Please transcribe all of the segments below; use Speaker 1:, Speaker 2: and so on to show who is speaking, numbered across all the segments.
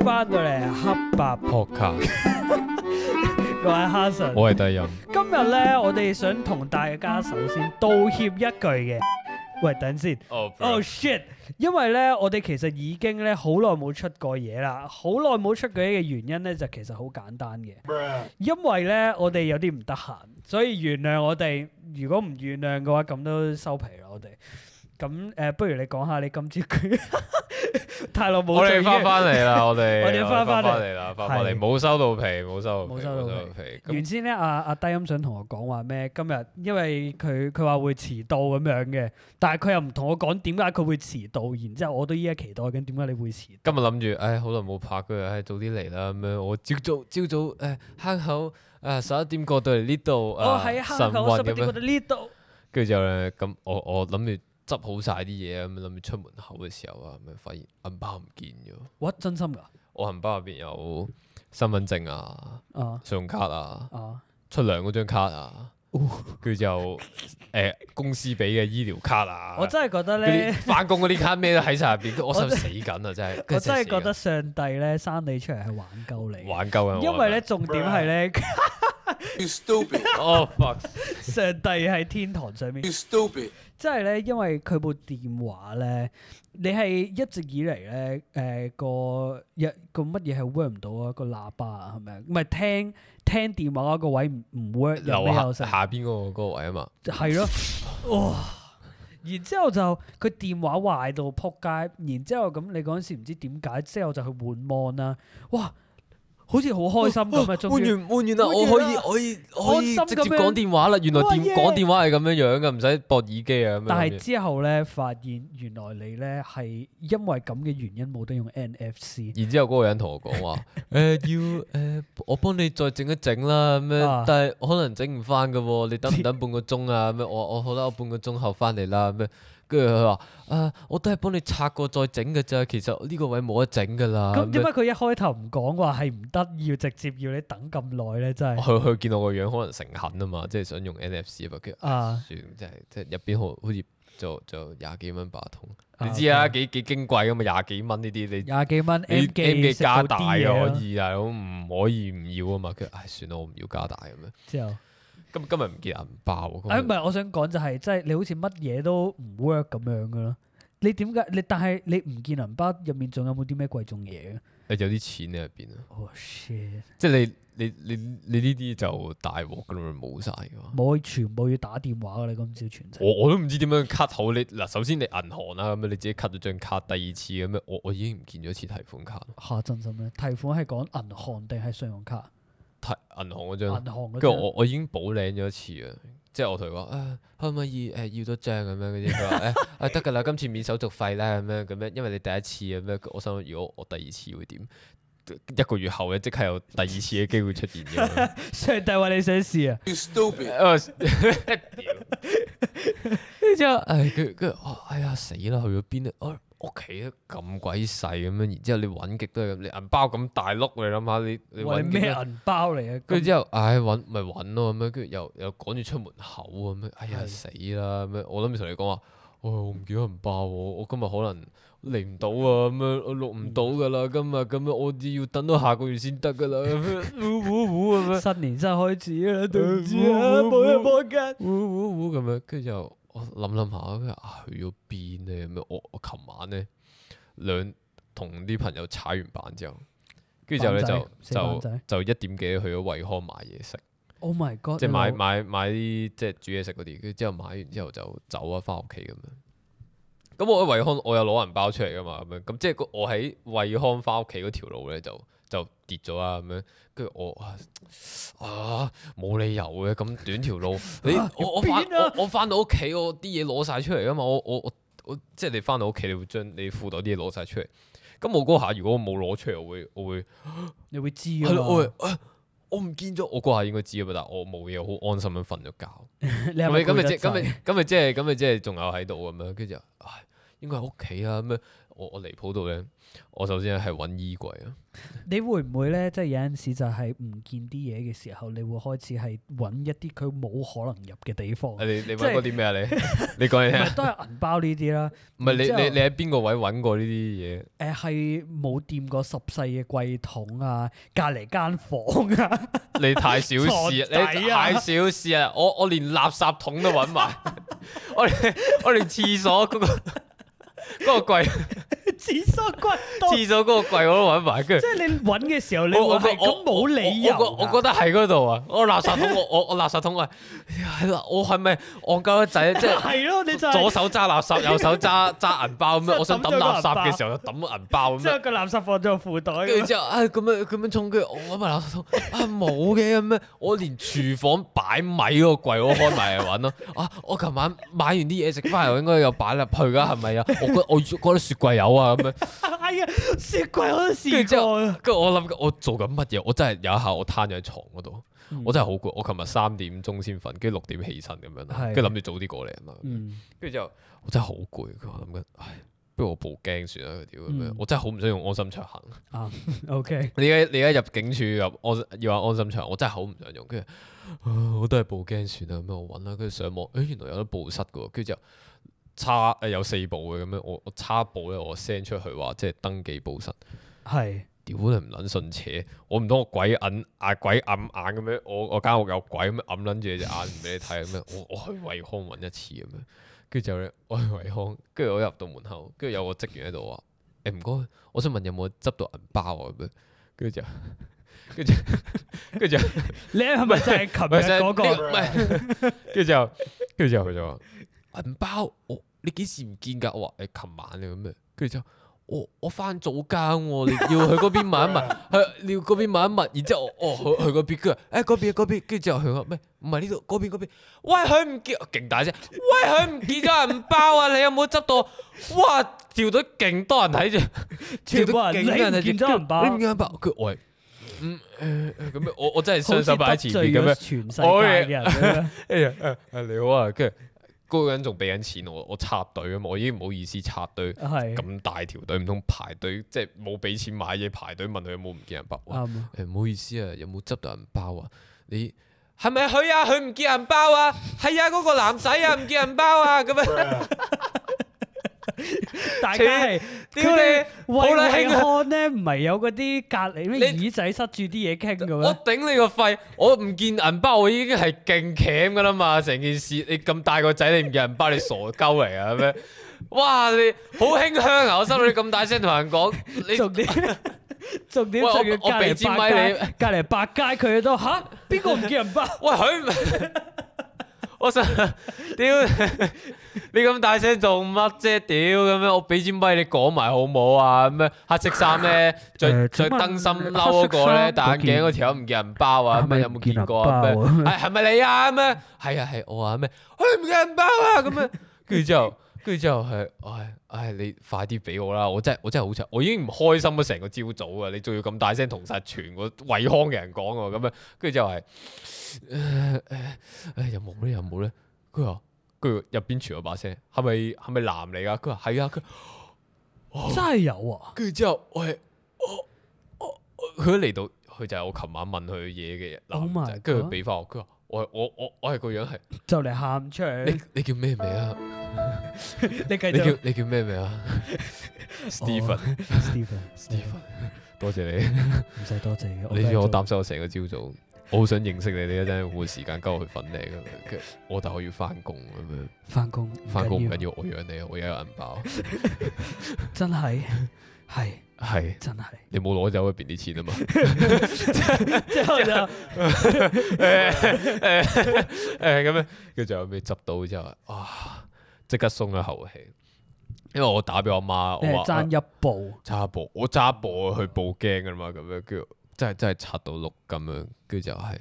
Speaker 1: 翻到嚟黑白
Speaker 2: podcast，
Speaker 1: 各位哈神，
Speaker 2: 我係低音，
Speaker 1: 今日咧我哋想同大家首先道歉一句嘅，喂等先。
Speaker 2: 哦
Speaker 1: Oh shit！因為咧，我哋其實已經咧好耐冇出過嘢啦，好耐冇出過嘢嘅原因咧，就其實好簡單嘅，因為咧我哋有啲唔得閒，所以原諒我哋。如果唔原諒嘅話，咁都收皮啦，我哋。咁誒、呃不如你講下你今朝佢 太耐冇
Speaker 2: 我
Speaker 1: 做
Speaker 2: 哋翻
Speaker 1: 嘢，
Speaker 2: 翻嚟啦，我哋
Speaker 1: 我哋返返嚟
Speaker 2: 返嚟啦，翻翻嚟，
Speaker 1: 係
Speaker 2: 冇收到皮，冇收到
Speaker 1: 冇
Speaker 2: 皮，
Speaker 1: 收到
Speaker 2: 冇
Speaker 1: 皮
Speaker 2: 收到皮。咁
Speaker 1: 原先咧，阿阿低音想同我講話咩？今日因為佢佢話會遲到咁樣嘅，但係佢又唔同我講點解佢會遲到，然之後我都依家期待緊點解你會遲到。
Speaker 2: 今日諗住，唉，好耐冇拍嘅，唉，早啲嚟啦咁樣。我朝早朝早，唉，坑口啊，十一點過到嚟呢度
Speaker 1: 我
Speaker 2: 啊，
Speaker 1: 喺
Speaker 2: 晨
Speaker 1: 香港
Speaker 2: 運
Speaker 1: 十一點
Speaker 2: 咁樣
Speaker 1: 覺。得呢度。
Speaker 2: 跟住之後咧，咁我我諗住執好晒啲嘢啊，咁諗住出門口嘅時候啊，咁樣發現銀包唔見咗。
Speaker 1: 哇！真心噶
Speaker 2: 我銀包入邊有身份證啊、
Speaker 1: 啊
Speaker 2: 信用卡啊、
Speaker 1: 啊！
Speaker 2: 出糧嗰張卡啊
Speaker 1: 哦，
Speaker 2: 跟 住就誒公司俾嘅醫療卡啊，
Speaker 1: 我真係覺得
Speaker 2: 嗰啲
Speaker 1: 咧，
Speaker 2: 翻工嗰啲卡咩都喺晒入 邊，我心
Speaker 1: 我真
Speaker 2: 死緊啊！真係，
Speaker 1: 我真係
Speaker 2: 係
Speaker 1: 覺得上帝咧生你出嚟係玩鳩你，
Speaker 2: 玩夠啊！
Speaker 1: 因為咧重點係咧，
Speaker 3: You stupid.
Speaker 2: 哦 fuck，
Speaker 1: 上帝喺天堂上面
Speaker 3: You。stupid.
Speaker 1: 即係咧，因為佢部電話咧，你係一直以嚟咧，誒、個一個乜嘢係 work 唔到啊？個喇叭啊，係咪？唔係聽聽電話嗰個位唔唔 work，又咩
Speaker 2: 樓
Speaker 1: 又
Speaker 2: 下
Speaker 1: 成，
Speaker 2: 下邊嗰個嗰個位啊嘛，
Speaker 1: 係咯，哇！然之後就佢電話壞到撲街，然之後咁你嗰陣時唔知點解，之後就去換 mon 啦，哇！好似好開心
Speaker 2: 哦
Speaker 1: 咁啊，終於
Speaker 2: 完換完啦，
Speaker 1: 換
Speaker 2: 我
Speaker 1: 完
Speaker 2: 可以
Speaker 1: 啦
Speaker 2: 我可以我可以
Speaker 1: 安
Speaker 2: 直
Speaker 1: 心
Speaker 2: 接
Speaker 1: 咁樣
Speaker 2: 講電話啦。原來
Speaker 1: 哇
Speaker 2: 電
Speaker 1: 耶
Speaker 2: 講電話係咁樣樣嘅，唔使駁耳機啊咁樣。
Speaker 1: 但係之後咧，發現原來你咧係因為咁嘅原因冇得用 NFC
Speaker 2: 然之後嗰個人同我講 話，誒、要誒、我幫你再整一整啦咁樣，
Speaker 1: 啊
Speaker 2: 但係我可能整唔翻嘅喎，你等唔等半個鐘啊咁樣？我我好啦，我半個鐘後翻嚟啦咁樣。跟住佢話：啊，我都係幫你拆過再整嘅咋，其實呢個位冇得整㗎啦。
Speaker 1: 咁
Speaker 2: 啊咁
Speaker 1: 點啊解
Speaker 2: 樣
Speaker 1: 佢一開頭唔講話係唔得，要直接要你等咁耐咧？真係
Speaker 2: 佢佢見我個樣可能誠懇啊嘛，即係想用 NFC 啊嘛，跟住
Speaker 1: 啊！
Speaker 2: 算即係即係入邊好好似就就廿幾蚊八通，
Speaker 1: 啊
Speaker 2: 你知啊
Speaker 1: OK
Speaker 2: 幾幾矜貴㗎嘛，廿幾蚊呢啲你。
Speaker 1: 廿幾蚊
Speaker 2: 你
Speaker 1: M 記
Speaker 2: M 記
Speaker 1: 食
Speaker 2: 加
Speaker 1: 到
Speaker 2: 大
Speaker 1: 啲
Speaker 2: 啊
Speaker 1: 嘢
Speaker 2: 可
Speaker 1: 啦
Speaker 2: 以，但係我唔可以唔要啊嘛。佢唉，算啦，我唔要加大咁樣。
Speaker 1: 之後，
Speaker 2: 哦
Speaker 1: 哎
Speaker 2: 今今日唔見銀包喎，
Speaker 1: 啊誒唔
Speaker 2: 今日
Speaker 1: 係，我想講就係即係你好似乜嘢都唔 work 咁樣噶咯。你點解你但係你唔見銀包入面仲有冇啲咩貴重嘢嘅
Speaker 2: 誒有啲錢喺入邊啊，
Speaker 1: ？Oh shit！
Speaker 2: 即係你你你你呢啲就大鑊㗎啦，冇晒㗎嘛。
Speaker 1: 冇，全部要打電話噶啦，今朝全程。
Speaker 2: 我我都唔知點樣 cut 好你嗱，首先你銀行啊啦咁樣，你自己 cut 咗張卡，第二次咁樣，我我已經唔見咗一次提款卡，
Speaker 1: 嚇真心咧，提款係講銀行定係信用卡？
Speaker 2: 提銀行嗰
Speaker 1: 銀
Speaker 2: 張
Speaker 1: 行，嗰
Speaker 2: 跟住
Speaker 1: 張
Speaker 2: 我我已經補領咗一次啊。即係我同佢話啊，可唔可以誒、要多張咁樣嗰啲？佢話 誒啊得㗎啦，今次免手續費啦咁樣咁樣，因為你第一次啊咁樣，我心諗如果我第二次會點？一個月後咧，即刻有第二次嘅機會出現嘅。
Speaker 1: 上帝話你想試啊！
Speaker 3: You stupid.
Speaker 2: 啊屌跟住之後，唉，佢佢啊哎呀死啦，去咗邊咧？啊屋企都咁鬼細咁樣，然之後你揾極都係咁，你銀包咁大碌，你諗下你你
Speaker 1: 喂
Speaker 2: 揾
Speaker 1: 咩
Speaker 2: 咩啊？
Speaker 1: 銀包嚟啊？
Speaker 2: 跟住之後，唉揾咪揾咯咁樣，跟住又又趕住出門口咁樣，哎呀
Speaker 1: 係
Speaker 2: 死啦咁樣，我諗住同你講話。哎我唔見咗銀包喎，我今日可能嚟唔到啊，咁樣我錄唔到噶
Speaker 1: 嗯
Speaker 2: 啦，今日咁樣我要等到下個月先得噶啦，咁樣呼呼呼咁樣。
Speaker 1: 新年真係開始啦，對唔住
Speaker 2: 呃
Speaker 1: 啊，冇
Speaker 2: 冇冇
Speaker 1: 嘢幫緊。
Speaker 2: 嗚嗚嗚咁樣，跟住就我諗諗下，佢啊去咗邊咧咁樣。我我琴晚咧兩同啲朋友踩完板之後，跟住之後咧
Speaker 1: 板仔
Speaker 2: 就
Speaker 1: 食板仔
Speaker 2: 就就一點幾去咗惠康買嘢食，
Speaker 1: Oh my god！
Speaker 2: 即係買
Speaker 1: 你老
Speaker 2: 買買啲即係煮嘢食嗰啲。跟住之後買完之後就走啊，翻屋企咁樣。咁我喺惠康，我有攞銀包出嚟噶嘛，咁樣咁即係個我喺惠康翻屋企嗰條路咧就就跌咗啦，咁樣跟住我啊啊冇理由嘅咁短 條路，你
Speaker 1: 啊
Speaker 2: 我我
Speaker 1: 邊
Speaker 2: 翻
Speaker 1: 啊
Speaker 2: 我我翻到屋企，我啲嘢攞晒出嚟噶嘛，我我我我即係你翻到屋企，你會將你褲袋啲嘢攞晒出嚟。咁我嗰下如果我冇攞出嚟，我會我會
Speaker 1: 你會知
Speaker 2: 係
Speaker 1: 啊
Speaker 2: 咯，我會
Speaker 1: 嘛？
Speaker 2: 啊我唔見咗，我嗰下應該知啊嘛，但係我冇嘢，我好安心咁瞓咗覺。
Speaker 1: 你係
Speaker 2: 咁咪
Speaker 1: 咪
Speaker 2: 咁咪
Speaker 1: 攰得
Speaker 2: 即咁咪
Speaker 1: 滯
Speaker 2: 咁咪即係咁咪即係仲有喺度咁樣，跟住就唉應該喺屋企啊咁樣。我我離譜到咧，我首先係揾衣櫃啊，
Speaker 1: 你會唔會咧？即係有陣時就係唔見啲嘢嘅時候，你會開始係揾一啲佢冇可能入嘅地方，
Speaker 2: 啊你你
Speaker 1: 哦即係
Speaker 2: 揾過啲咩啊？你你 講嚟聽
Speaker 1: 咪
Speaker 2: 下，
Speaker 1: 都係銀包呢啲啦。
Speaker 2: 唔係你
Speaker 1: 然之後
Speaker 2: 你你喺邊個位揾過呢啲嘢？
Speaker 1: 誒係冇掂過十世嘅櫃桶啊，隔離間房啊，
Speaker 2: 你太小
Speaker 1: 傻
Speaker 2: 事，
Speaker 1: 仔啊
Speaker 2: 你太小事啊！我我連垃圾桶都揾埋， 我連我連廁所嗰個嗰個櫃，
Speaker 1: 廁所骨都，
Speaker 2: 廁所嗰個櫃我都揾埋， 跟住
Speaker 1: 即。係你揾嘅時候，你會
Speaker 2: 我我
Speaker 1: 係咁冇理由
Speaker 2: 我我我覺得喺嗰 度啊！我垃圾桶，我我我垃圾桶啊！係啦， 我係咪戇鳩 一仔？即係
Speaker 1: 係咯，你就
Speaker 2: 左
Speaker 1: 係
Speaker 2: 手揸垃圾，右手揸揸銀包咁樣。我想抌垃圾嘅時候，就抌銀包咁樣
Speaker 1: 將。個垃圾放咗個褲袋咁
Speaker 2: 跟住
Speaker 1: 樣。
Speaker 2: 之後，啊咁樣咁樣衝，跟住我揾埋垃圾桶， 啊冇嘅咁樣，我連廚房擺米個櫃我開埋嚟揾咯。 啊，我琴晚買完啲嘢食翻嚟，我應該有擺入去噶，係咪啊？我覺我覺得雪櫃有啊咁樣。
Speaker 1: 哎呀，雪櫃我都
Speaker 2: 跟住
Speaker 1: 試
Speaker 2: 之後
Speaker 1: 過啊，，
Speaker 2: 跟住我諗緊我做緊乜嘢？我真係有一下我攤咗喺床嗰度
Speaker 1: 嗯，
Speaker 2: 我真係好攰。我琴日三點鐘先瞓，跟住六點起身咁樣啦，
Speaker 1: 係
Speaker 2: 跟住諗住早啲過嚟啊嘛。
Speaker 1: 嗯，
Speaker 2: 跟住之後我真係好攰，佢話諗緊，唉，不如我報驚算啦，屌咁樣
Speaker 1: 嗯，
Speaker 2: 我真係好唔想用安心出行。
Speaker 1: 啊，OK，
Speaker 2: 你而家你而家入境處入安要話安心出行，我真係好唔想用。跟住啊我都係報驚算啦，咁樣我揾啦，跟住上網，誒原來有得報失嘅喎，跟住之後差誒有四步嘅咁樣，我我差一步咧，我 send 出去話即係登記報失。
Speaker 1: 係
Speaker 2: 屌你唔撚信邪，我唔通我鬼揞啊鬼揞眼咁樣，我我間屋有鬼咁樣揞撚住你隻眼唔俾你睇咁樣，我我去惠康揾一次咁樣，跟住之後咧我去惠康，跟住我入到門口，跟住有個職員喺度話：誒唔該，我想問有冇執到銀包啊咁樣，跟住就 跟住跟住就
Speaker 1: 你係咪就係 琴
Speaker 2: 唔係
Speaker 1: 日嗰個？
Speaker 2: 呢唔係，跟住之後，跟住之後佢就話銀包，我你幾時唔見㗎？我話誒，琴晚啊咁樣，跟住之後。我我翻早更喎，你 要去嗰邊問一問， 去你要嗰邊問一問，然之後我哦去去嗰邊，跟住誒嗰邊嗰邊，跟住之後佢話咩唔係呢度嗰邊嗰邊，喂佢唔見勁大聲，喂佢唔見咗銀包啊，你有冇執到？哇條隊勁多人 睇住，
Speaker 1: 全部
Speaker 2: 條隊
Speaker 1: 人
Speaker 2: 勁
Speaker 1: 你
Speaker 2: 多
Speaker 1: 唔
Speaker 2: 睇住
Speaker 1: 見咗銀包
Speaker 2: 你唔見銀包，佢我係嗯誒誒咁樣，我我真係雙手擺喺前
Speaker 1: 好似
Speaker 2: 面
Speaker 1: 得
Speaker 2: 咁
Speaker 1: 罪咗。
Speaker 2: 樣
Speaker 1: 全世界嘅人咁 樣
Speaker 2: 哎呀，誒誒你好啊，跟住嗰個人仲俾緊錢我，我插隊啊嘛，我已經唔好意思插隊，
Speaker 1: 係
Speaker 2: 咁大條隊，唔通排隊即係冇俾錢買嘢排隊問佢有冇唔見銀包？哇
Speaker 1: 啱啊，
Speaker 2: 誒唔好意思啊，有冇執到銀包啊？你係咪佢啊？佢唔見銀包啊？係啊，嗰個男仔啊，唔見銀包啊，咁樣
Speaker 1: 大家係。
Speaker 2: 屌你！
Speaker 1: 喂
Speaker 2: 好啦
Speaker 1: 喂
Speaker 2: 兄啊
Speaker 1: 康咧，唔係有嗰啲隔離咩
Speaker 2: 你
Speaker 1: 耳仔塞住啲嘢傾嘅
Speaker 2: 我
Speaker 1: 咩？
Speaker 2: 頂你個肺！我唔見銀包，我已經係勁鉗噶啦嘛，成件事你咁大個仔，你唔見銀包，你傻鳩嚟啊咩？哇！你好馨香啊！我心裏咁大聲同人講，你
Speaker 1: 重 點重點
Speaker 2: 喂
Speaker 1: 仲要
Speaker 2: 我我
Speaker 1: 隔
Speaker 2: 俾支
Speaker 1: 離
Speaker 2: 咪
Speaker 1: 百佳，隔離百佳佢都吓，邊個唔見人包？
Speaker 2: 喂佢 唔，我想屌 你咁大聲做乜啫？屌咁樣，我俾支咪你講埋好冇啊？咁樣黑色衫咧，着
Speaker 1: 誒
Speaker 2: 着
Speaker 1: 呃請問
Speaker 2: 燈芯褸嗰個
Speaker 1: 黑色
Speaker 2: 咧，
Speaker 1: 衫
Speaker 2: 戴眼鏡嗰條友唔見銀包啊？
Speaker 1: 係
Speaker 2: 咁
Speaker 1: 咪
Speaker 2: 樣有冇見過啊？
Speaker 1: 唔見
Speaker 2: 咁
Speaker 1: 銀包
Speaker 2: 樣係係咪你啊？咁樣係啊係我啊咩？佢唔見銀包啊？咁樣跟住之後。跟住之後係，唉唉，你快啲俾我啦！我真係我真係好柒，我已經唔開心咗成個朝早啊！你仲要咁大聲同晒全個惠康嘅人講喎，咁樣跟住之後係，誒誒誒有冇咧有冇咧？佢話佢入邊傳咗把聲，係咪係咪男嚟㗎？佢話係啊，佢
Speaker 1: 真係有啊！
Speaker 2: 跟住之後我係哦我我我佢一嚟到，佢就係我琴晚問佢嘢嘅
Speaker 1: Oh
Speaker 2: 男
Speaker 1: my
Speaker 2: 仔，跟住佢
Speaker 1: God
Speaker 2: 俾翻我，佢話我係我我我係個樣係
Speaker 1: 就嚟喊出嚟
Speaker 2: 你，你叫咩名啊？
Speaker 1: 你繼
Speaker 2: 你叫
Speaker 1: 續。哦
Speaker 2: 你叫咩哦名啊 ？Stephen。
Speaker 1: Stephen
Speaker 2: Stephen，多謝你。
Speaker 1: 唔使多謝嘅，
Speaker 2: 你知我
Speaker 1: 答
Speaker 2: 擔心我成個朝早，我好想認識你，你一陣冇時間鳩我去粉你咁樣。跟住我但我要翻工咁樣，
Speaker 1: 翻工，
Speaker 2: 翻工唔
Speaker 1: 緊
Speaker 2: 緊要，我養你，我而家有銀包。
Speaker 1: 要，真係係
Speaker 2: 係
Speaker 1: 真 係。
Speaker 2: 你冇攞走入邊啲錢啊嘛？
Speaker 1: 之後就
Speaker 2: 誒咁樣，跟住就後尾執到之後，啊，即刻鬆咗口氣，因為我打俾我媽，
Speaker 1: 你
Speaker 2: 我
Speaker 1: 係
Speaker 2: 話啊
Speaker 1: 爭一步，
Speaker 2: 揸步，我揸步去報驚噶嘛，咁樣跟住真係真係拆到碌咁樣，跟住就係、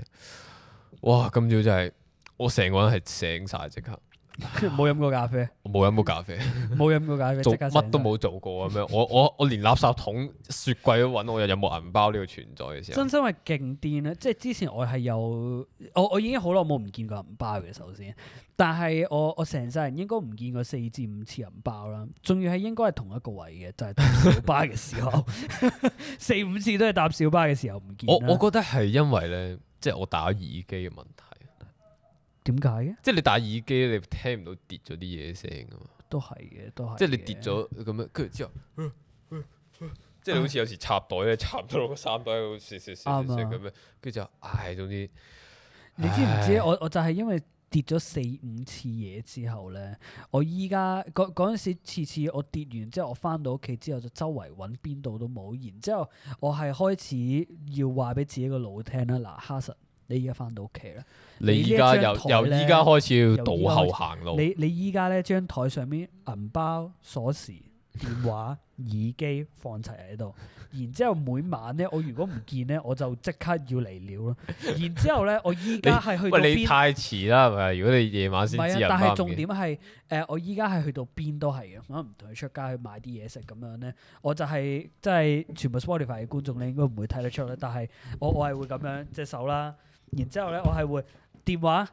Speaker 2: 哇！今朝真係我成個人係醒晒即刻，
Speaker 1: 冇飲過咖啡，
Speaker 2: 我冇飲過 咖啡，
Speaker 1: 冇飲過咖啡，
Speaker 2: 做
Speaker 1: 即刻
Speaker 2: 乜都
Speaker 1: 醒晒。
Speaker 2: 冇做過咁樣。我我我連垃圾桶、雪櫃都揾我，有有冇銀包呢個存在嘅時候
Speaker 1: 真，心係勁癲啊啦！即係之前我係有，我我已經好耐冇唔見過銀包嘅，首先，但係我我成世人應該唔見過四至五次銀包啦，仲要係應該係同一個位嘅，就係、搭小巴嘅時 候，四五次都係搭小巴嘅時候唔見
Speaker 2: 我
Speaker 1: 啦。
Speaker 2: 我覺得係因為咧，即係我戴咗耳機嘅問題。
Speaker 1: 點解嘅？
Speaker 2: 即係你戴耳機，你聽唔到跌咗啲嘢聲啊嘛。
Speaker 1: 都係嘅，都係嘅。
Speaker 2: 即係你跌咗咁樣，跟住之後，即係你好似有時插袋咧，插到落個衫袋度，啜啜啜啜
Speaker 1: 啱
Speaker 2: 啜
Speaker 1: 啊
Speaker 2: 咁樣，跟住就唉，總之
Speaker 1: 你知唔知
Speaker 2: 唉
Speaker 1: 我我就係因為跌咗四五次嘢之後咧，我依家嗰嗰陣時次次我跌完之後，我翻到屋企之後就周圍揾邊度都冇，然之後我係開始要話俾自己個腦聽啦，嗱哈神，你依家翻到屋企啦，
Speaker 2: 你
Speaker 1: 你呢
Speaker 2: 依家
Speaker 1: 一張
Speaker 2: 由
Speaker 1: 台
Speaker 2: 由
Speaker 1: 咧
Speaker 2: 依家開始要
Speaker 1: 由
Speaker 2: 倒
Speaker 1: 依家
Speaker 2: 後
Speaker 1: 開始
Speaker 2: 行路，
Speaker 1: 你你依家咧將台上面銀包、鎖匙、電話、耳機放齊喺度，然之後每晚咧我如果唔見咧，我就即刻要嚟料咯，然之後咧我依家係去到
Speaker 2: 喂你
Speaker 1: 邊？
Speaker 2: 太遲啦，係咪？如果你夜晚
Speaker 1: 唔
Speaker 2: 先知
Speaker 1: 係啊，
Speaker 2: 人
Speaker 1: 但
Speaker 2: 翻
Speaker 1: 係
Speaker 2: 唔
Speaker 1: 重
Speaker 2: 見
Speaker 1: 點係誒、呃我依家係去到邊都係嘅，可能唔同佢出街去買啲嘢食咁樣咧，我就係、即係全部 Spotify 嘅觀眾咧，應該唔會睇得出啦。但係我我係會咁樣隻手啦，然之後咧我係會電話、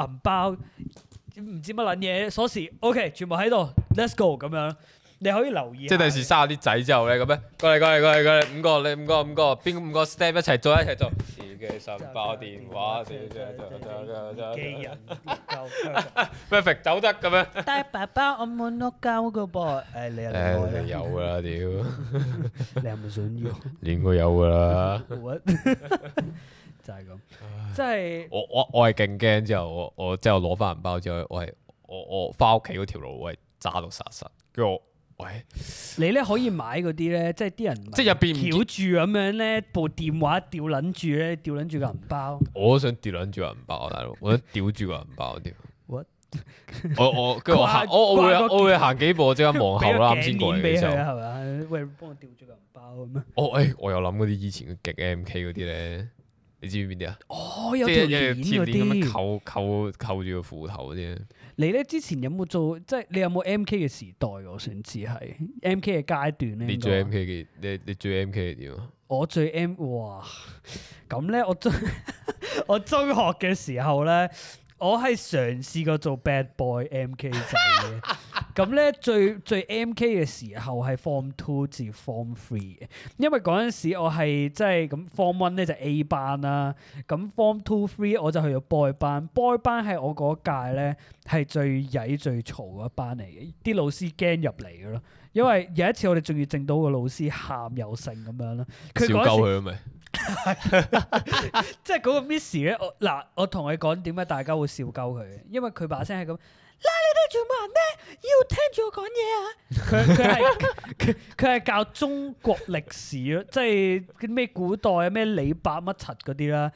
Speaker 1: 銀包、唔知乜撚嘢鎖匙，OK，全部喺度，Let's go 咁樣，你可以留意下。
Speaker 2: 即係第時生咗啲仔之後咧，咁咧過嚟過嚟過嚟過嚟，五個你五個五個，邊五個 step 一齊做一齊做。自己心包電話，自己
Speaker 1: 機人夠強
Speaker 2: perfect 走得咁樣。
Speaker 1: 但係爸爸我冇攞膠個噃，誒、你又嚟
Speaker 2: 誒，你有㗎啦，屌，
Speaker 1: 你係咪想要？
Speaker 2: 你應該有㗎啦。
Speaker 1: What？就係咁，即係
Speaker 2: 我我我係勁驚之後，我我之後攞翻銀包之後，我係我我翻屋企嗰條路，我係揸到殺實，跟住我喂，
Speaker 1: 你咧可以買嗰啲咧，即係啲人
Speaker 2: 即係入邊唔
Speaker 1: 翹住咁樣咧，部電話吊撚住咧，吊撚住個銀包。
Speaker 2: 我都想掉撚住個銀 包，大佬，我想吊住個銀包屌
Speaker 1: What？
Speaker 2: 我我 跟住我行，我我會
Speaker 1: 掛個
Speaker 2: 我會行幾步，我即刻望後
Speaker 1: 俾個
Speaker 2: 啦，
Speaker 1: 頸
Speaker 2: 啱先過嚟
Speaker 1: 鏈
Speaker 2: 嘅
Speaker 1: 俾
Speaker 2: 時
Speaker 1: 佢
Speaker 2: 候，
Speaker 1: 啊，係咪？喂，幫我吊住個銀包咁樣。
Speaker 2: 我誒我又諗嗰啲以前嘅極 M K 嗰啲咧，你知唔知邊啲啊？
Speaker 1: 哦，
Speaker 2: 即
Speaker 1: 有條
Speaker 2: 係有
Speaker 1: 鏈嗰
Speaker 2: 條鐵鏈咁樣
Speaker 1: 啲。
Speaker 2: 扣扣扣住個褲頭嗰啲，
Speaker 1: 你咧之前有冇做？即係你有冇 M K 嘅時代？我想知係 M K 嘅階段咧。
Speaker 2: 你
Speaker 1: 應
Speaker 2: 最
Speaker 1: 該
Speaker 2: M K 嘅，你你最 M K 係點啊？
Speaker 1: 我最 M 哇！咁咧，我中 我中學嘅時候咧，我係嘗試過做 bad boy M K 仔嘅。咁咧最最 M K 嘅時候係 form two 至 form three 嘅，因為嗰陣時我係即係咁 form one 咧就 A 班啦，咁 form two three 我就去咗 boy 班，boy 班係我嗰屆咧係最曳最嘈嗰一班嚟嘅，啲老師驚入嚟嘅咯，因為有一次我哋仲要整到個老師喊又剩咁樣啦，佢
Speaker 2: 笑
Speaker 1: 嗰陣時
Speaker 2: 鳩佢啊 咪？
Speaker 1: 即係嗰個 Miss 咧，我嗱，我同你講點解大家會笑鳩佢，因為佢把聲係咁，嗱你哋做乜人咧？要聽住我講嘢啊！佢佢係佢佢係教中國歷史咯，即係嗰啲咩古代啊、咩李白乜柒嗰啲啦。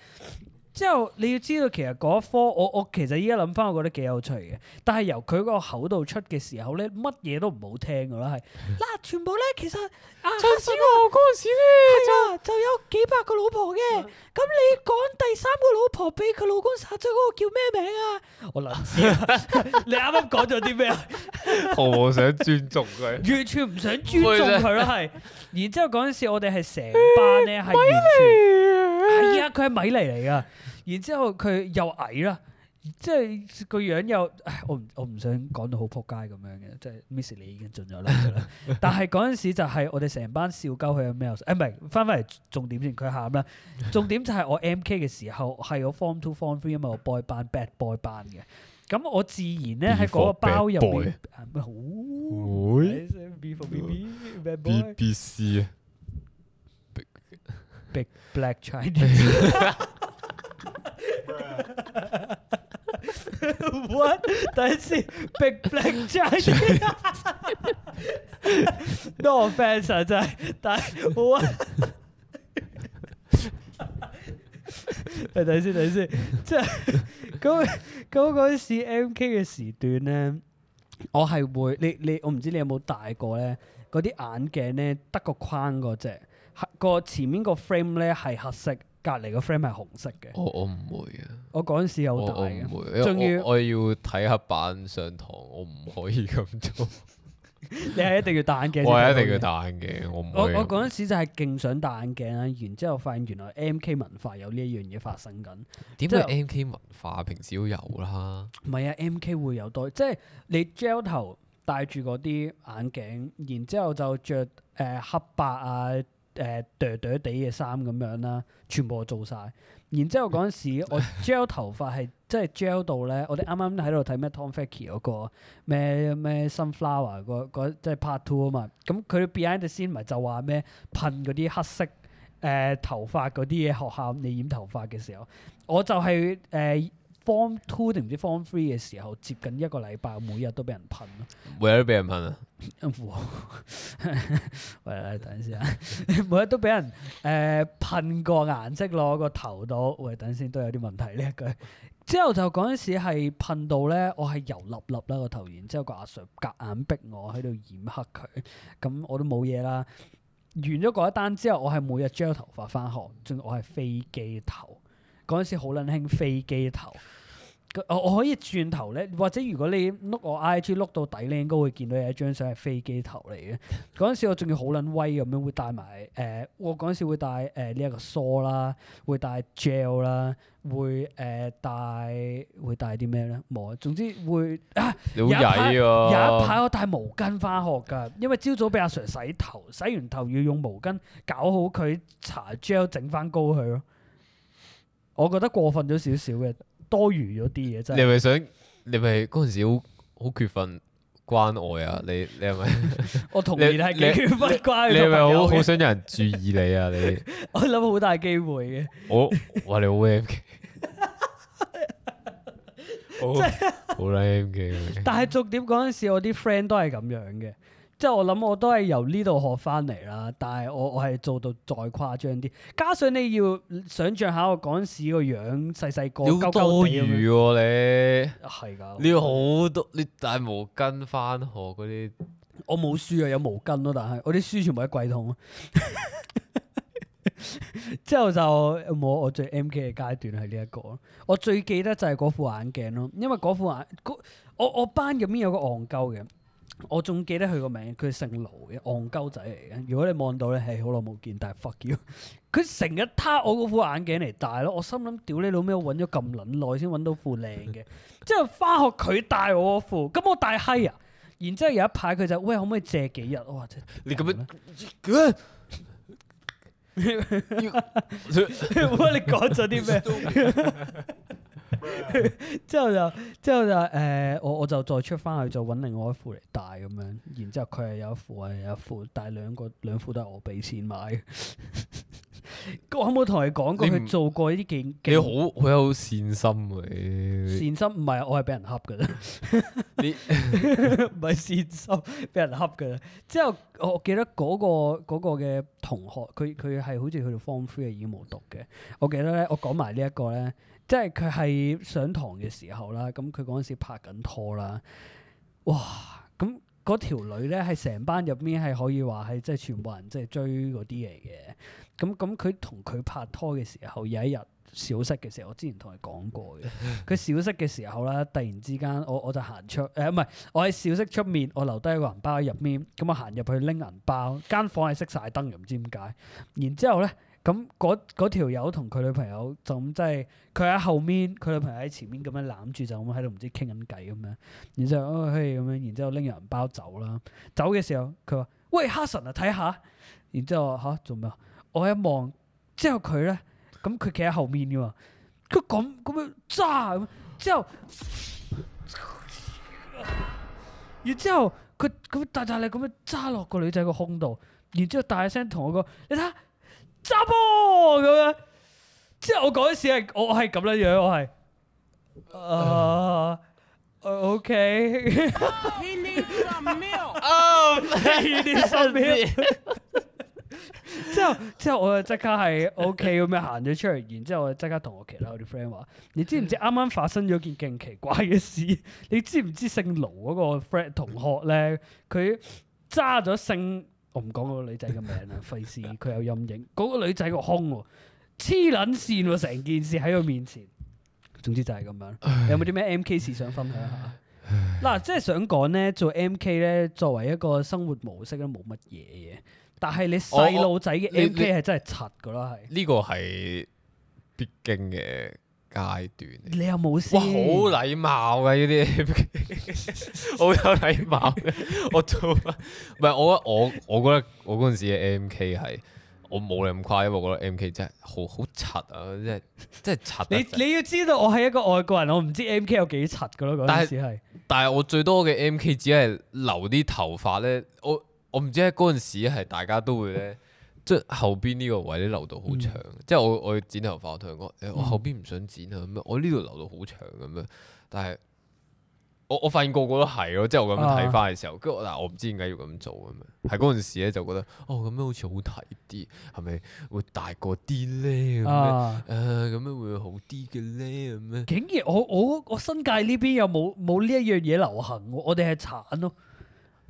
Speaker 1: 之後你要知道，其實嗰一科我我其實依家諗翻，我覺得幾有趣嘅。但係由佢個口度出嘅時候咧，乜嘢都唔好聽噶啦，係嗱全部咧其實啊，陳小我嗰陣時咧就就有幾百個老婆嘅。咁你講第三個老婆俾佢老公殺咗嗰個叫咩名啊？我諗知 啊，你啱啱講咗啲咩啊？
Speaker 2: 我冇想尊 重佢。
Speaker 1: 完全唔想尊重佢咯，係。然之後嗰陣時，我哋係成班咧係完全係啊，佢係米嚟嚟噶。然之後佢又矮啦，即係個樣又，唉我唔我唔想講到好撲街咁樣嘅，即係 Miss 你已經盡咗力㗎啦。 但係嗰陣時就係我哋成班笑鳩佢嘅 mail，誒唔係翻返嚟重點先，佢喊啦。重點就係我 MK 嘅時候係我 form two form three，因為我 boy 班 bad boy 班嘅。咁我自然咧喺嗰個
Speaker 2: Before bad
Speaker 1: 包入
Speaker 2: boy
Speaker 1: 面，啊好 B for BB, bad boy,
Speaker 2: BBC 啊
Speaker 1: big black Chinese. What？等陣先，big black Chinese。No offence 啊，真係，但係我啊， 等陣先，等陣先，即係咁咁 嗰陣時 MK 嘅時段咧，我係會你你我唔知你有冇戴過咧，嗰啲眼鏡咧得個框嗰只，黑個前面個 frame 咧係黑色，隔離個 frame 係紅色嘅。
Speaker 2: 我我唔會嘅，
Speaker 1: 我嗰陣時
Speaker 2: 我
Speaker 1: 有大啊
Speaker 2: 我
Speaker 1: 嘅
Speaker 2: 唔，會，
Speaker 1: 仲
Speaker 2: 因為
Speaker 1: 要
Speaker 2: 我我要睇黑板上堂，我唔可以咁 做，
Speaker 1: 你係一定要戴眼鏡。
Speaker 2: 我係一定要。戴眼鏡，我唔
Speaker 1: 我
Speaker 2: 可以咁。
Speaker 1: 我嗰陣時就係勁想戴眼鏡啦，然之後發現原來 M.K. 文化有呢一樣嘢發生緊。
Speaker 2: 點
Speaker 1: 即
Speaker 2: 會
Speaker 1: 係
Speaker 2: M K 文化平時都有啦？
Speaker 1: 唔係啊，M.K. 會有多，即係你 gel 頭戴住嗰啲眼鏡，然之後就着誒、呃黑白啊誒哚哚地嘅衫咁樣啦，全部我做晒。然之後嗰陣時，我 gel 頭髮係即係 gel 到咧，我哋啱啱喺度睇咩 Tom Fakie 嗰個咩咩 Sunflower 嗰嗰即係 Part Two 啊嘛，咁佢 Behind the Scene 咪就話咩噴嗰啲黑色誒、呃、頭髮嗰啲嘢，學校你染頭髮嘅時候，我就係、呃 Form Two 定唔知 Form Three 嘅時候，接近一個禮拜，每日都俾人噴咯。
Speaker 2: 每日都俾人噴啊！
Speaker 1: 哇 喂，等陣先啊！ 每日都俾人誒、呃、噴個顏色落個頭度，喂，等陣先都有啲問題呢一句。之後就嗰陣時係噴到咧，我係油粒粒啦個頭，然之後個阿 Sir 夾硬逼我喺度染黑佢，咁我都冇嘢啦。完咗嗰一單之後，我係每日 gel 頭髮翻學，仲我係飛機頭。嗰陣時好撚興飛機頭，個哦我我可以轉頭咧，或者如果你碌我 IG 碌到底，你應該會見到有一張相係飛機頭嚟嘅。嗰陣時我仲要好撚威咁樣，會帶埋誒、呃我嗰陣時會帶誒呢一個梳啦，會帶 gel 啦，會誒、呃、帶會帶啲咩咧？冇啊，總之會啊。
Speaker 2: 你好曳喎！
Speaker 1: 有一排我帶毛巾翻學㗎，因為朝早俾阿 Sir 洗頭，洗完頭要用毛巾搞好佢，搽 gel 整翻高佢咯。我覺得過分咗少少嘅，多餘咗啲嘢真
Speaker 2: 你係
Speaker 1: 係。
Speaker 2: 咪想？你係咪嗰陣時好好缺乏關愛啊？你你係咪？
Speaker 1: 我童年係幾缺乏關
Speaker 2: 你
Speaker 1: 係
Speaker 2: 係咪好好
Speaker 1: 嘅，
Speaker 2: 想有人注意你啊？你
Speaker 1: 我諗好大機會嘅。
Speaker 2: 我哇你好 M K，好好啦 M K，
Speaker 1: 但係重點嗰陣時，我啲 friend 都係咁樣嘅，即係我諗我都係由呢度學翻嚟啦。但係我我係做到再誇張啲，加上你要想像下我嗰陣時個樣細細個
Speaker 2: 你
Speaker 1: 鳩
Speaker 2: 好
Speaker 1: 鳩
Speaker 2: 多
Speaker 1: 地咁樣
Speaker 2: 餘喎
Speaker 1: 係㗎。
Speaker 2: 你，你好多你帶毛巾翻學嗰啲，
Speaker 1: 我冇書啊，有毛巾咯，但係我啲書全部喺櫃桶咯。 之後就冇我最 M K 嘅階段係呢一個咯。我最記得就係嗰副眼鏡咯，因為嗰副眼嗰我我班入面有個戇鳩嘅，我仲記得佢個名，佢姓盧嘅，戇鳩仔嚟嘅。如果你望到咧，係好耐冇見，但係 fuck you，佢 成日攤我嗰副眼鏡嚟戴咯。我心諗屌你老味，我揾咗咁撚耐先揾到副靚嘅。之後翻學佢戴我嗰副，咁我戴閪啊！然之後有一排佢就喂可唔可以借幾日？ 哇！真係
Speaker 2: 你咁樣。
Speaker 1: 喂你講咗啲 咩？之後就之後就誒、呃我我就再出翻去就揾另外一副嚟戴咁樣。然之後佢係有一副，我係有一副，但係兩個兩副都係我俾錢買 嘅。我有冇同你講過
Speaker 2: 你唔
Speaker 1: 佢做過呢啲勁
Speaker 2: 你好
Speaker 1: 勁
Speaker 2: 好有善心啊！
Speaker 1: 善心？
Speaker 2: 你
Speaker 1: 唔係我係俾人恰嘅啫。
Speaker 2: 你
Speaker 1: 唔係善心，俾人恰嘅。之後我記得嗰、個嗰個嘅同學，佢佢係好似去到 form three 已經冇讀嘅。我記得咧，我講埋呢一個咧，即係佢係上堂嘅時候啦，咁佢嗰陣時拍緊拖啦，哇！咁嗰條女咧係成班入面係可以話係即係全部人即係追嗰啲嚟嘅。咁咁佢同佢拍拖嘅時候，有一日小息嘅時候，我之前同佢講過嘅。佢小息嘅時候啦，突然之間我我就行出，誒唔係我喺小息出面，我留低個銀包喺入面，咁我行入去拎銀包，間房係熄晒燈嘅，唔知點解。然之後咧，咁嗰嗰條友同佢女朋友就咁即係佢喺後面，佢女朋友喺前面咁樣攬住，就咁喺度唔知傾緊偈咁樣。然之後哦嘿咁樣，然之後拎銀包走啦。走嘅時候佢話：喂哈神啊，睇下。然之後我話吓做咩啊？我一望之後佢咧，咁佢企喺後面嘅嘛，佢咁咁樣揸咁，之後。然之後佢咁大大力咁樣揸落個女仔個胸度，然之後大聲同我講：你睇下揸波咁樣。之後我嗰陣時係我係咁樣樣，我係啊、呃 OK，Oh,
Speaker 4: He needs some milk.
Speaker 1: 呢啲身邊。之後之後我就即刻係 OK 咁樣行咗出嚟，然之後我就即刻同我其他我啲 friend 話：你知唔知啱啱發生咗件勁奇怪嘅事？你知唔知姓盧嗰個 friend 同學咧，佢揸咗姓我唔講嗰個女仔嘅名啦，費事佢有陰影。嗰、個女仔個胸喎，黐撚線喎，成件事喺佢面前。總之就係咁樣。有冇啲咩 M K 事想分享下？嗱，即係想講咧，做 M K 咧，作為一個生活模式咧，冇乜嘢嘅。但係你細路仔嘅
Speaker 2: 我你
Speaker 1: M K 係真係柒噶啦，係。
Speaker 2: 呢個係必經嘅階段嚟。
Speaker 1: 你有冇先？
Speaker 2: 哇，好禮貌嘅呢啲，好有禮貌嘅。我做乜唔係我我我覺得我嗰陣時嘅 M K 係我冇你咁誇，因為我覺得 M K 真係好好柒啊，真係真係柒得
Speaker 1: 你
Speaker 2: 滯。
Speaker 1: 你要知道，我係一個外國人，我唔知 M K 有幾柒噶咯。嗰
Speaker 2: 但
Speaker 1: 陣
Speaker 2: 係
Speaker 1: 時係
Speaker 2: 但係我最多嘅 M K 只係留啲頭髮咧，我我唔知喺嗰陣時係大家都會咧。 即係後邊呢個位咧留到好長，即係我我剪頭髮，我同佢講，誒我後邊唔想剪啊咁樣，我呢度留到好長咁樣，但係我我發現個個都係咯，即係我咁樣睇翻嘅時候，跟住我嗱我唔知點解要咁做咁樣，係嗰陣時咧就覺得，哦咁樣好似好睇啲，係咪會大個啲咧咁樣？
Speaker 1: 啊，
Speaker 2: 誒咁樣會好啲嘅咧咁樣。
Speaker 1: 竟然我我我新界呢邊又冇冇呢一樣嘢流行喎，我哋係鏟咯，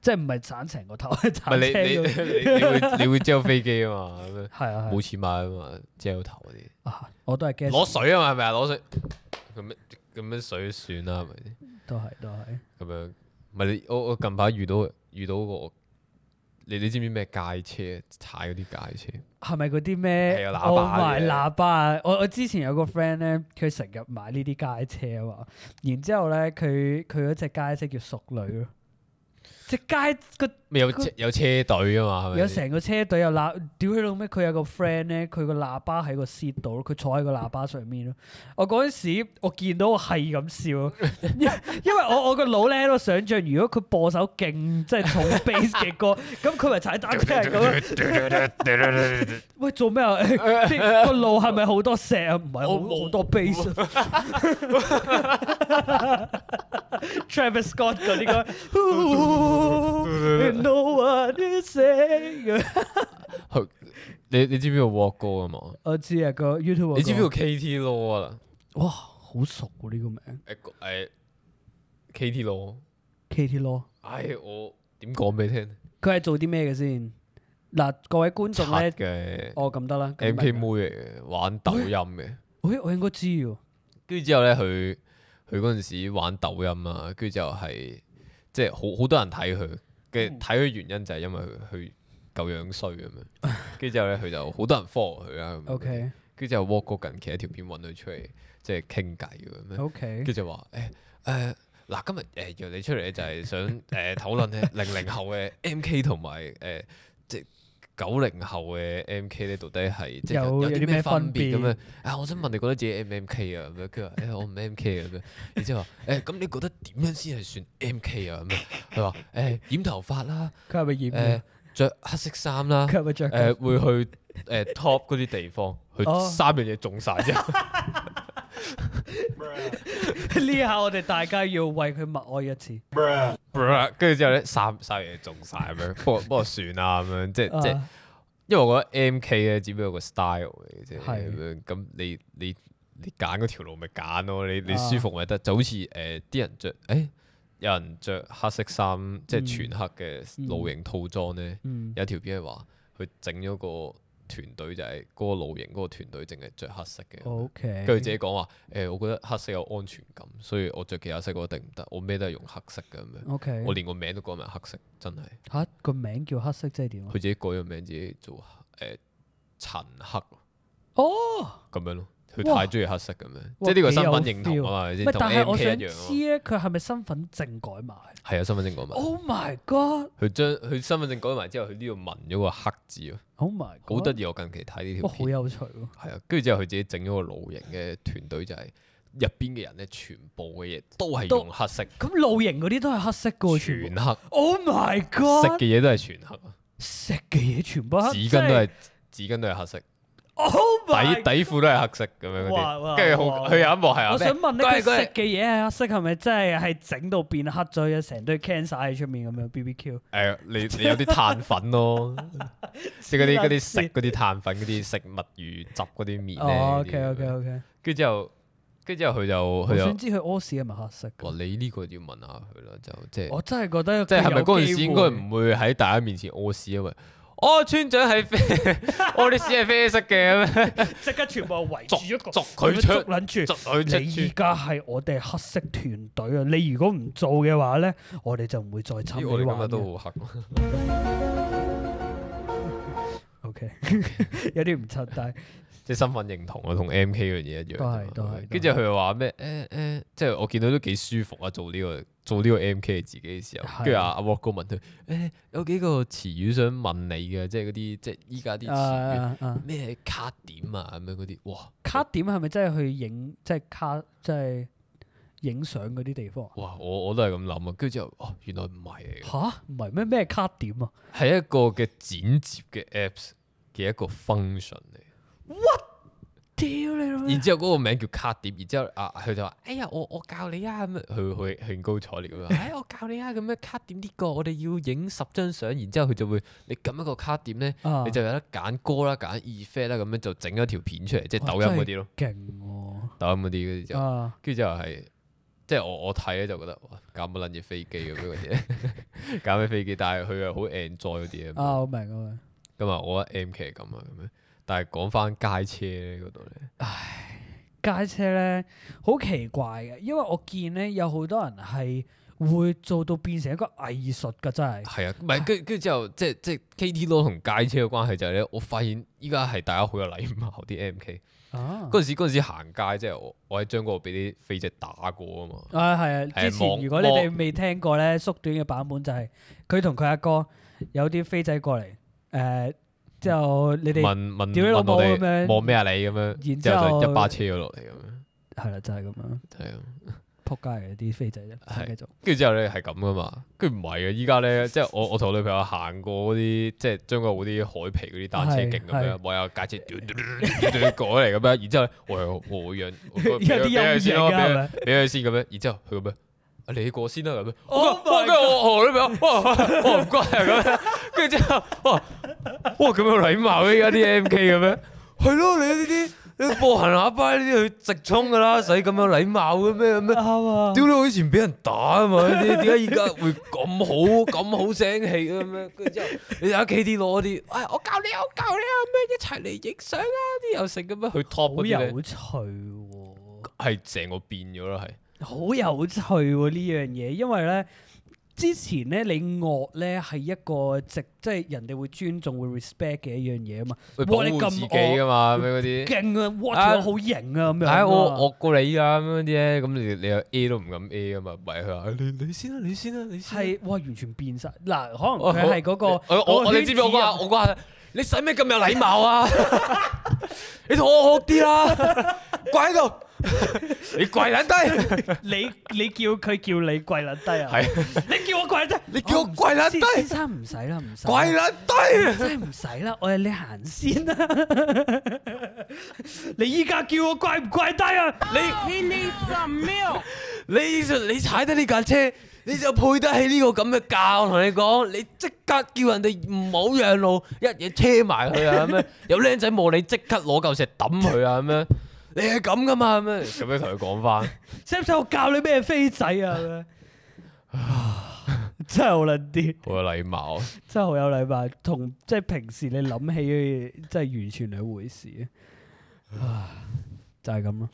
Speaker 1: 即係唔係鏟成個頭，係
Speaker 2: 唔係
Speaker 1: 鏟
Speaker 2: 你
Speaker 1: 青
Speaker 2: 你
Speaker 1: 咗。
Speaker 2: 你你會你會 j 飛機啊嘛咁樣，
Speaker 1: 係啊，係啊
Speaker 2: 冇錢買啊嘛 j 頭嗰啲，
Speaker 1: 啊，我都係 g
Speaker 2: 攞水啊嘛係咪啊攞水咁樣咁樣水算啦係咪先？
Speaker 1: 都係都係
Speaker 2: 咁樣唔係你我我近排遇到遇到個你你知唔知咩街車踩嗰啲街車？
Speaker 1: 係咪嗰啲
Speaker 2: 係
Speaker 1: 咩？
Speaker 2: 啊喇叭
Speaker 1: 買
Speaker 2: 嘅
Speaker 1: 喇叭啊！我我之前有個 friend 咧，佢成日買呢啲街車啊嘛，然之後咧佢佢嗰只街車叫淑女咯，只街個
Speaker 2: 咪有車有車隊啊嘛係咪？
Speaker 1: 有成個車隊有喇，屌佢老咩？佢有個 friend 咧，佢個喇叭喺個 seat 度咯，佢坐喺個喇叭上面咯。我嗰陣時我見到我係咁笑咯，因因為我我 個腦咧喺度想像，如果佢播首勁即係重 bass 嘅歌，咁佢咪踩單車係咁咯。喂，做咩 啊？啲個路係咪好多石啊？唔係
Speaker 2: 我冇
Speaker 1: 好好多 bass 啊。Travis Scott 嗰啲 歌，No one is saying。
Speaker 2: 去你你知唔知個 walk 歌啊嘛？
Speaker 1: 我知啊，個 YouTube
Speaker 2: 你知唔知個
Speaker 1: 嗰
Speaker 2: KT Law 啊？
Speaker 1: 個哇，好熟喎呢個名
Speaker 2: 誒誒 KT Law，
Speaker 1: ，Katy Law。
Speaker 2: 唉我點講俾你聽？
Speaker 1: 佢係做啲咩嘅先？嗱，各位觀眾
Speaker 2: 柒
Speaker 1: 咧，
Speaker 2: 嘅。
Speaker 1: 哦咁得啦。咁
Speaker 2: M K
Speaker 1: 明
Speaker 2: 妹
Speaker 1: 啦，
Speaker 2: 嚟嘅，玩抖音嘅。
Speaker 1: 喂，我應該知喎。
Speaker 2: 跟住之後咧，佢佢嗰陣時玩抖音啊，跟住就係即係好好多人睇佢嘅，睇佢原因就係因為佢佢夠樣衰咁樣。跟住之後咧，佢就好多人 follow 佢啊啦。咁樣
Speaker 1: OK
Speaker 2: 跟住之後 w a l k 哥近期一條片揾佢出嚟，即係傾偈咁樣。
Speaker 1: OK
Speaker 2: 跟住就話誒誒嗱，今日誒約你出嚟咧，就 係想誒討論咧零零後嘅 M K 同埋誒即係九零後嘅 M K 咧，到底係即係
Speaker 1: 有
Speaker 2: 有
Speaker 1: 有
Speaker 2: 啲
Speaker 1: 啲
Speaker 2: 咩
Speaker 1: 咩
Speaker 2: 分
Speaker 1: 分
Speaker 2: 別
Speaker 1: 別
Speaker 2: 咁樣？啊，我想問你覺得自己 M 唔 M K 啊？咁樣佢話誒我唔 M K 啊 咁樣，然之後話誒咁你覺得點樣先係算 M K 啊？咁樣佢話誒染頭髮啦，
Speaker 1: 佢係咪染
Speaker 2: 誒
Speaker 1: 嘅？
Speaker 2: 着黑色衫 啦。
Speaker 1: 佢係咪着
Speaker 2: 誒、
Speaker 1: 嘅？
Speaker 2: 會去誒、top 嗰啲地方，佢
Speaker 1: 哦
Speaker 2: 三樣嘢中晒啫。
Speaker 1: 呢下我哋大家要為佢默哀一次。
Speaker 2: 跟住之後咧，三三樣嘢中晒 咁樣，不過不過算啦咁樣，即係即係，
Speaker 1: 啊
Speaker 2: 因為我覺得 M K 咧只不過個 style 嚟嘅啫，
Speaker 1: 係
Speaker 2: 咁樣咁你你你揀嗰條路咪揀咯，你你
Speaker 1: 啊
Speaker 2: 舒服咪得，就好似誒啲人着，誒、有人着黑色衫，即係全黑嘅露營套裝咧，
Speaker 1: 嗯
Speaker 2: 有條片係話佢整咗個團隊就係嗰個露營嗰個團隊淨係着黑色嘅。
Speaker 1: ，OK。
Speaker 2: 跟住自己講話，誒、我覺得黑色有安全感，所以我着其他色我一定唔得，我咩都係用黑色嘅咁樣。
Speaker 1: OK
Speaker 2: 我。連個名都改埋黑色，真係
Speaker 1: 嚇個名叫黑色即係點啊
Speaker 2: 佢？自己改咗名，自己做誒陳黑
Speaker 1: 哦，
Speaker 2: 咁樣咯。佢
Speaker 1: 哇
Speaker 2: 太中意黑色咁樣，
Speaker 1: 哇
Speaker 2: 即係呢個
Speaker 1: 幾
Speaker 2: 身份
Speaker 1: 有
Speaker 2: 認同
Speaker 1: feel
Speaker 2: 啊嘛，係咪
Speaker 1: 唔
Speaker 2: 先
Speaker 1: 係，
Speaker 2: 同
Speaker 1: 但係
Speaker 2: M
Speaker 1: 我
Speaker 2: K
Speaker 1: 想
Speaker 2: 一
Speaker 1: 知
Speaker 2: 樣啊嘛。
Speaker 1: 咧，佢係咪身份證改埋
Speaker 2: 係啊，身份證改埋，
Speaker 1: ？Oh my god！Oh
Speaker 2: 佢將佢身份證改埋之後，佢呢度紋咗個黑字咯，
Speaker 1: my god！
Speaker 2: 好得意。我近期睇呢條
Speaker 1: 哇，好
Speaker 2: 片，
Speaker 1: 有趣喎！
Speaker 2: 係啊，跟住之後佢自己整咗個露營嘅團隊，就係入邊嘅人咧，全部嘅嘢都係
Speaker 1: 都
Speaker 2: 用黑色，
Speaker 1: 咁露營嗰啲都係黑色噶，全
Speaker 2: 全
Speaker 1: 部。
Speaker 2: 黑，
Speaker 1: Oh my
Speaker 2: 食
Speaker 1: god！
Speaker 2: 嘅嘢都係全黑啊。
Speaker 1: 食嘅嘢全部黑
Speaker 2: 紙巾都係紙巾都係黑色，底
Speaker 1: Oh my！
Speaker 2: 底褲都係黑色咁樣嗰
Speaker 1: 哇哇
Speaker 2: 啲，跟住好
Speaker 1: 哇
Speaker 2: 佢有一幕係啊
Speaker 1: 我
Speaker 2: 咩
Speaker 1: 想問咧，
Speaker 2: 嗰
Speaker 1: 佢
Speaker 2: 日
Speaker 1: 食
Speaker 2: 嗰日
Speaker 1: 嘅嘢係黑色，係咪真係係整到變黑咗，有成堆 can 晒喺出面咁樣 BBQ？
Speaker 2: 誒哎你你有啲碳 粉咯，即係嗰啲嗰啲食
Speaker 1: 黐撚線
Speaker 2: 嗰啲碳粉嗰啲食物魚汁嗰啲面
Speaker 1: 哦
Speaker 2: 咧
Speaker 1: ，OK OK。OK，
Speaker 2: 跟住之後，跟住之後佢就
Speaker 1: 我
Speaker 2: 佢
Speaker 1: 想
Speaker 2: 就
Speaker 1: 知佢屙屎係咪黑色㗎？
Speaker 2: 話你呢個要問下佢啦，就即係
Speaker 1: 我真係覺得
Speaker 2: 即係係咪嗰陣
Speaker 1: 陣
Speaker 2: 時應該唔會喺大家面前屙屎，因為哦，村長係啡，我啲屎係啡色嘅咁樣，
Speaker 1: 即刻全部圍住一個，
Speaker 2: 捉捉佢出
Speaker 1: 捉撚住。
Speaker 2: 捉佢
Speaker 1: 你而
Speaker 2: 隻
Speaker 1: 家係我哋黑色團隊啊！你如果唔做嘅話咧，我哋就唔會再參
Speaker 2: 豬。
Speaker 1: 與
Speaker 2: 我哋
Speaker 1: 玩
Speaker 2: 今日
Speaker 1: 嘅
Speaker 2: 都好黑，
Speaker 1: OK，有啲唔襯，但係
Speaker 2: 即係身份認同啊，同 M K 嗰樣嘢一樣。
Speaker 1: 都係都係
Speaker 2: 跟住佢又話咩？誒誒，即係我見到都幾舒服啊！做呢個做呢個 M K 自己嘅時
Speaker 1: 係啊
Speaker 2: 候，跟住阿阿 Walk 哥問佢：誒有幾個詞語想問你嘅，即係嗰啲即係依家啲詞語
Speaker 1: 啊啊
Speaker 2: 咩卡點啊咁樣嗰啲，哇
Speaker 1: 卡點係咪真係去影即係卡即係影相嗰啲地方啊？
Speaker 2: 哇！我我都係咁諗啊，跟住之後哦，原來唔係嚟嘅。
Speaker 1: 吓？唔係咩咩卡點啊？
Speaker 2: 係一個嘅剪接嘅 apps 嘅一個 function 嚟。
Speaker 1: 屌你老味
Speaker 2: 然！之後嗰個名叫卡碟，然之後啊佢就話：哎呀，我我教你啊咁樣，佢佢佢興高采烈咁樣， 哎我教你啊咁樣卡碟呢個，我哋要影十張相，然之後佢就會你撳一個卡碟咧，
Speaker 1: 啊
Speaker 2: 你就有得揀歌啦、揀 effect 啦，咁樣就整咗條片出嚟，即係
Speaker 1: 哇
Speaker 2: 抖音嗰啲咯，
Speaker 1: 勁喎！
Speaker 2: 抖音嗰啲跟住就，
Speaker 1: 啊，
Speaker 2: 跟住就係即係我我睇咧就覺得哇，搞乜撚嘢飛機咁樣嘅嘢， 搞咩飛機？但係佢又好 enjoy 嗰啲啊。
Speaker 1: 啊我明我明。
Speaker 2: 咁啊，我覺得 M K 係咁啊咁樣。但係講翻街車咧嗰度咧，
Speaker 1: 街車咧好奇怪嘅，因為我見咧有好多人係會做到變成一個藝術㗎，真係。
Speaker 2: 係啊，唔係跟跟住之後，即係即係 K T 咯同街車嘅關係就係咧，我發現依家係大家好有禮貌啲 M K。
Speaker 1: 啊
Speaker 2: 嗰陣時嗰陣時行街，即係我我喺將嗰度俾啲飛隻打過啊嘛。
Speaker 1: 啊，係啊！
Speaker 2: 係
Speaker 1: 之前
Speaker 2: 望
Speaker 1: 如果你哋未聽過咧，縮短嘅版本就係佢同佢阿哥有啲飛仔過嚟，誒、之後你哋
Speaker 2: 問問
Speaker 1: 屌你老
Speaker 2: 問
Speaker 1: 母
Speaker 2: 我
Speaker 1: 咁樣
Speaker 2: 哋望咩啊你咁樣，
Speaker 1: 然
Speaker 2: 之後
Speaker 1: 之
Speaker 2: 就
Speaker 1: 後
Speaker 2: 一巴車咗落嚟咁樣，
Speaker 1: 係啦，就係咁樣，
Speaker 2: 係啊。
Speaker 1: 撲街嘅啲飛仔
Speaker 2: 係
Speaker 1: 啫，繼續
Speaker 2: 跟住之後咧係咁噶嘛，跟住唔係嘅，依家咧即係我我同我女朋友行過嗰啲即係將軍澳嗰啲海皮嗰啲單車徑咁
Speaker 1: 係
Speaker 2: 樣，我有架車嘟嘟嘟嘟嘟嘟過嚟咁樣，然之後呢我又我樣，我俾
Speaker 1: 有啲
Speaker 2: 佢俾佢先咯，
Speaker 1: 陰影
Speaker 2: 俾
Speaker 1: 啊
Speaker 2: 佢俾佢先咁樣，然之後佢咁樣。啊你過先啦咁樣，
Speaker 1: Oh
Speaker 2: 哇！哇
Speaker 1: my
Speaker 2: 跟住我我女朋友，哇！我唔該啊咁樣，跟住之後，哇！哇咁有禮貌嘅依家啲 M K 咁樣，係咯你呢啲你步行下巴呢啲去直衝噶啦，使咁有禮貌嘅咩咁樣？
Speaker 1: 啱啊！
Speaker 2: 屌你！我以前俾人打啊嘛， 你點解而家會咁好咁好聲氣咁樣？跟住之後你睇 K D 攞啲，哎，我教你，我教你啊，咩一齊嚟影相啊，啲又成咁樣去 top 嗰
Speaker 1: 好
Speaker 2: 啲咧，
Speaker 1: 有趣喎、
Speaker 2: 係成個變咗啦，係
Speaker 1: 好有趣喎呢樣嘢，因為咧之前咧你惡咧係一個值，即係人哋會尊重會 respect 嘅一樣嘢啊嘛，
Speaker 2: 會保
Speaker 1: 哇你咁
Speaker 2: 護自己噶嘛，咩嗰啲。
Speaker 1: 勁啊，哇
Speaker 2: 啊
Speaker 1: 條友好型啊咁樣
Speaker 2: 唉，
Speaker 1: 啊，
Speaker 2: 我惡過你啊咁樣啲咧，咁你你又 A 都唔敢 A 啊嘛，咪佢話你你先啦，你先啦，你先啦。
Speaker 1: 係哇完全變晒嗱，可
Speaker 2: 哦
Speaker 1: 能佢係嗰個
Speaker 2: 好我我
Speaker 1: 嗰個
Speaker 2: 我
Speaker 1: 圈
Speaker 2: 你知唔知我
Speaker 1: 子入
Speaker 2: 嗰下我嗰下你使咩咁有禮貌啊？ 你同我學啲啦， 跪喺度，你跪撚低，
Speaker 1: 你你叫佢叫你跪撚低啊？
Speaker 2: 係
Speaker 1: 你叫我跪撚低，
Speaker 2: 你叫我跪撚低
Speaker 1: 哦唔先先生唔使啦，唔使啦
Speaker 2: 跪撚低，
Speaker 1: 真係唔使啦，我係你行先啦。 你依家叫我跪唔跪低啊？
Speaker 2: 你
Speaker 4: He needs some milk.
Speaker 2: 你你踩得呢架車，你就配得起呢個咁嘅價。我同你講，你即刻叫人哋唔好讓路，一嘢車埋佢啊 咁樣，有僆仔冇你即刻攞嚿石揼佢啊咁樣，你係咁噶嘛咁樣，咁樣同佢講翻。
Speaker 1: 使唔使我教你咩飛仔啊？ 真係好撚啲，
Speaker 2: 好有禮貌，啊
Speaker 1: 真係好有禮貌，同即係平時你諗起嘅嘢，真係完全兩回事啊！就係咁咯。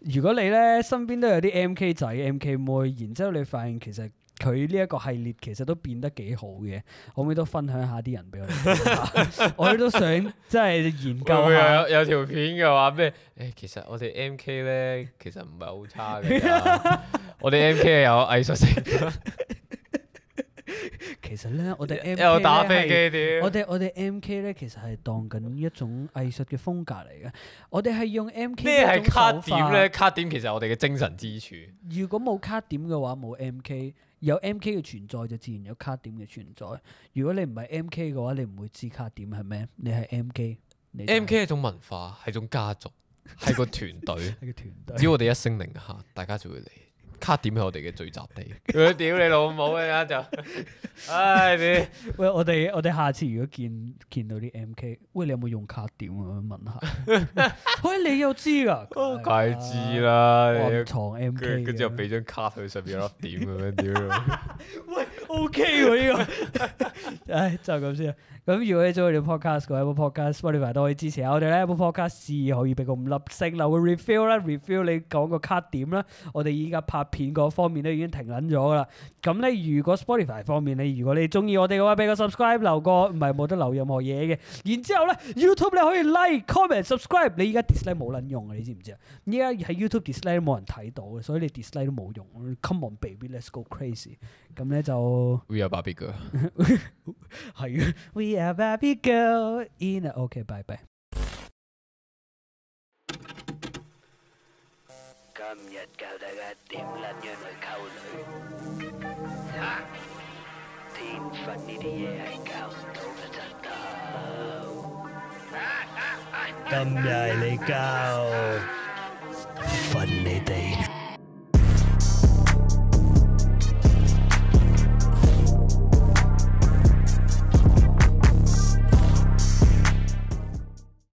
Speaker 1: 如果你咧身邊都有啲 MK 仔、MK 妹，然之後你發現其實佢呢一個系列其實都變得幾好嘅，可唔可以都分享下啲人俾我哋聽 下？我哋都想即係研
Speaker 2: 會唔
Speaker 1: 究
Speaker 2: 會啊
Speaker 1: 下。
Speaker 2: 有有條片嘅話咩？誒，其實我哋 M K 咧，其實唔係好差嘅咋。 我哋 M K 有藝術性，
Speaker 1: 其實咧， 我哋 MK
Speaker 2: 又打
Speaker 1: 呢係
Speaker 2: 飛機
Speaker 1: 我
Speaker 2: 啲。
Speaker 1: 哋我哋 M K 咧，其實係當緊一種藝術嘅風格嚟嘅。我哋係用 M K
Speaker 2: 咩
Speaker 1: 呢一
Speaker 2: 係
Speaker 1: 種
Speaker 2: 卡
Speaker 1: 手
Speaker 2: 點
Speaker 1: 法
Speaker 2: 咧？？卡點其實係我哋嘅精神支柱。
Speaker 1: 如果冇卡點嘅話，冇 M K。有 M K 嘅存在就自然有卡點嘅存在。如果你唔係 M K 嘅話，你唔會知卡點係咩。你係 M K，你
Speaker 2: M K 係一種文化，係一種家族，係個團隊。
Speaker 1: 係個團隊
Speaker 2: 只。要我哋一聲令下，大家就會嚟。卡點係我哋嘅聚集 地。屌你老母啊！就，唉你
Speaker 1: 喂，我哋我哋下次如果見見到啲 M K，喂，你有冇用卡點啊？問下。 喂，你又知啊㗎？
Speaker 2: 怪哦知啦。
Speaker 1: 暗
Speaker 2: 你
Speaker 1: 藏 M K
Speaker 2: 跟跟之後俾張卡佢上面有粒點咁樣，屌你老母。
Speaker 1: 喂，OK 喎呢個，唉，就係咁先啦。咁如果你中意我哋 podcast 嘅 Apple Podcast、Spotify 都可以支持下我哋咧。Apple Podcast 是可以俾個五粒星，留個 review 啦，review 你講個卡點啦。我哋依家拍片嗰方面都已經停撚咗噶啦。咁咧，如果 Spotify 方面你如果你中意我哋嘅話，俾個 subscribe 留個唔係冇得留任何嘢嘅。然之後咧，YouTube 你可以 like、comment、subscribe。你依家 dislike 冇撚用嘅，你知唔知啊？依家喺 YouTube dislike 都冇人睇到嘅，所以你 dislike 都冇用。Come 啊 on baby，let's go crazy。咁咧就。
Speaker 2: We are Barbie girl。
Speaker 1: 係啊，We are Barbie girl in a OK，拜拜。
Speaker 5: 今日教大家點撚樣去溝女。啊！天分呢啲嘢係教唔到嘅真㗎。今日你教，瞓你哋。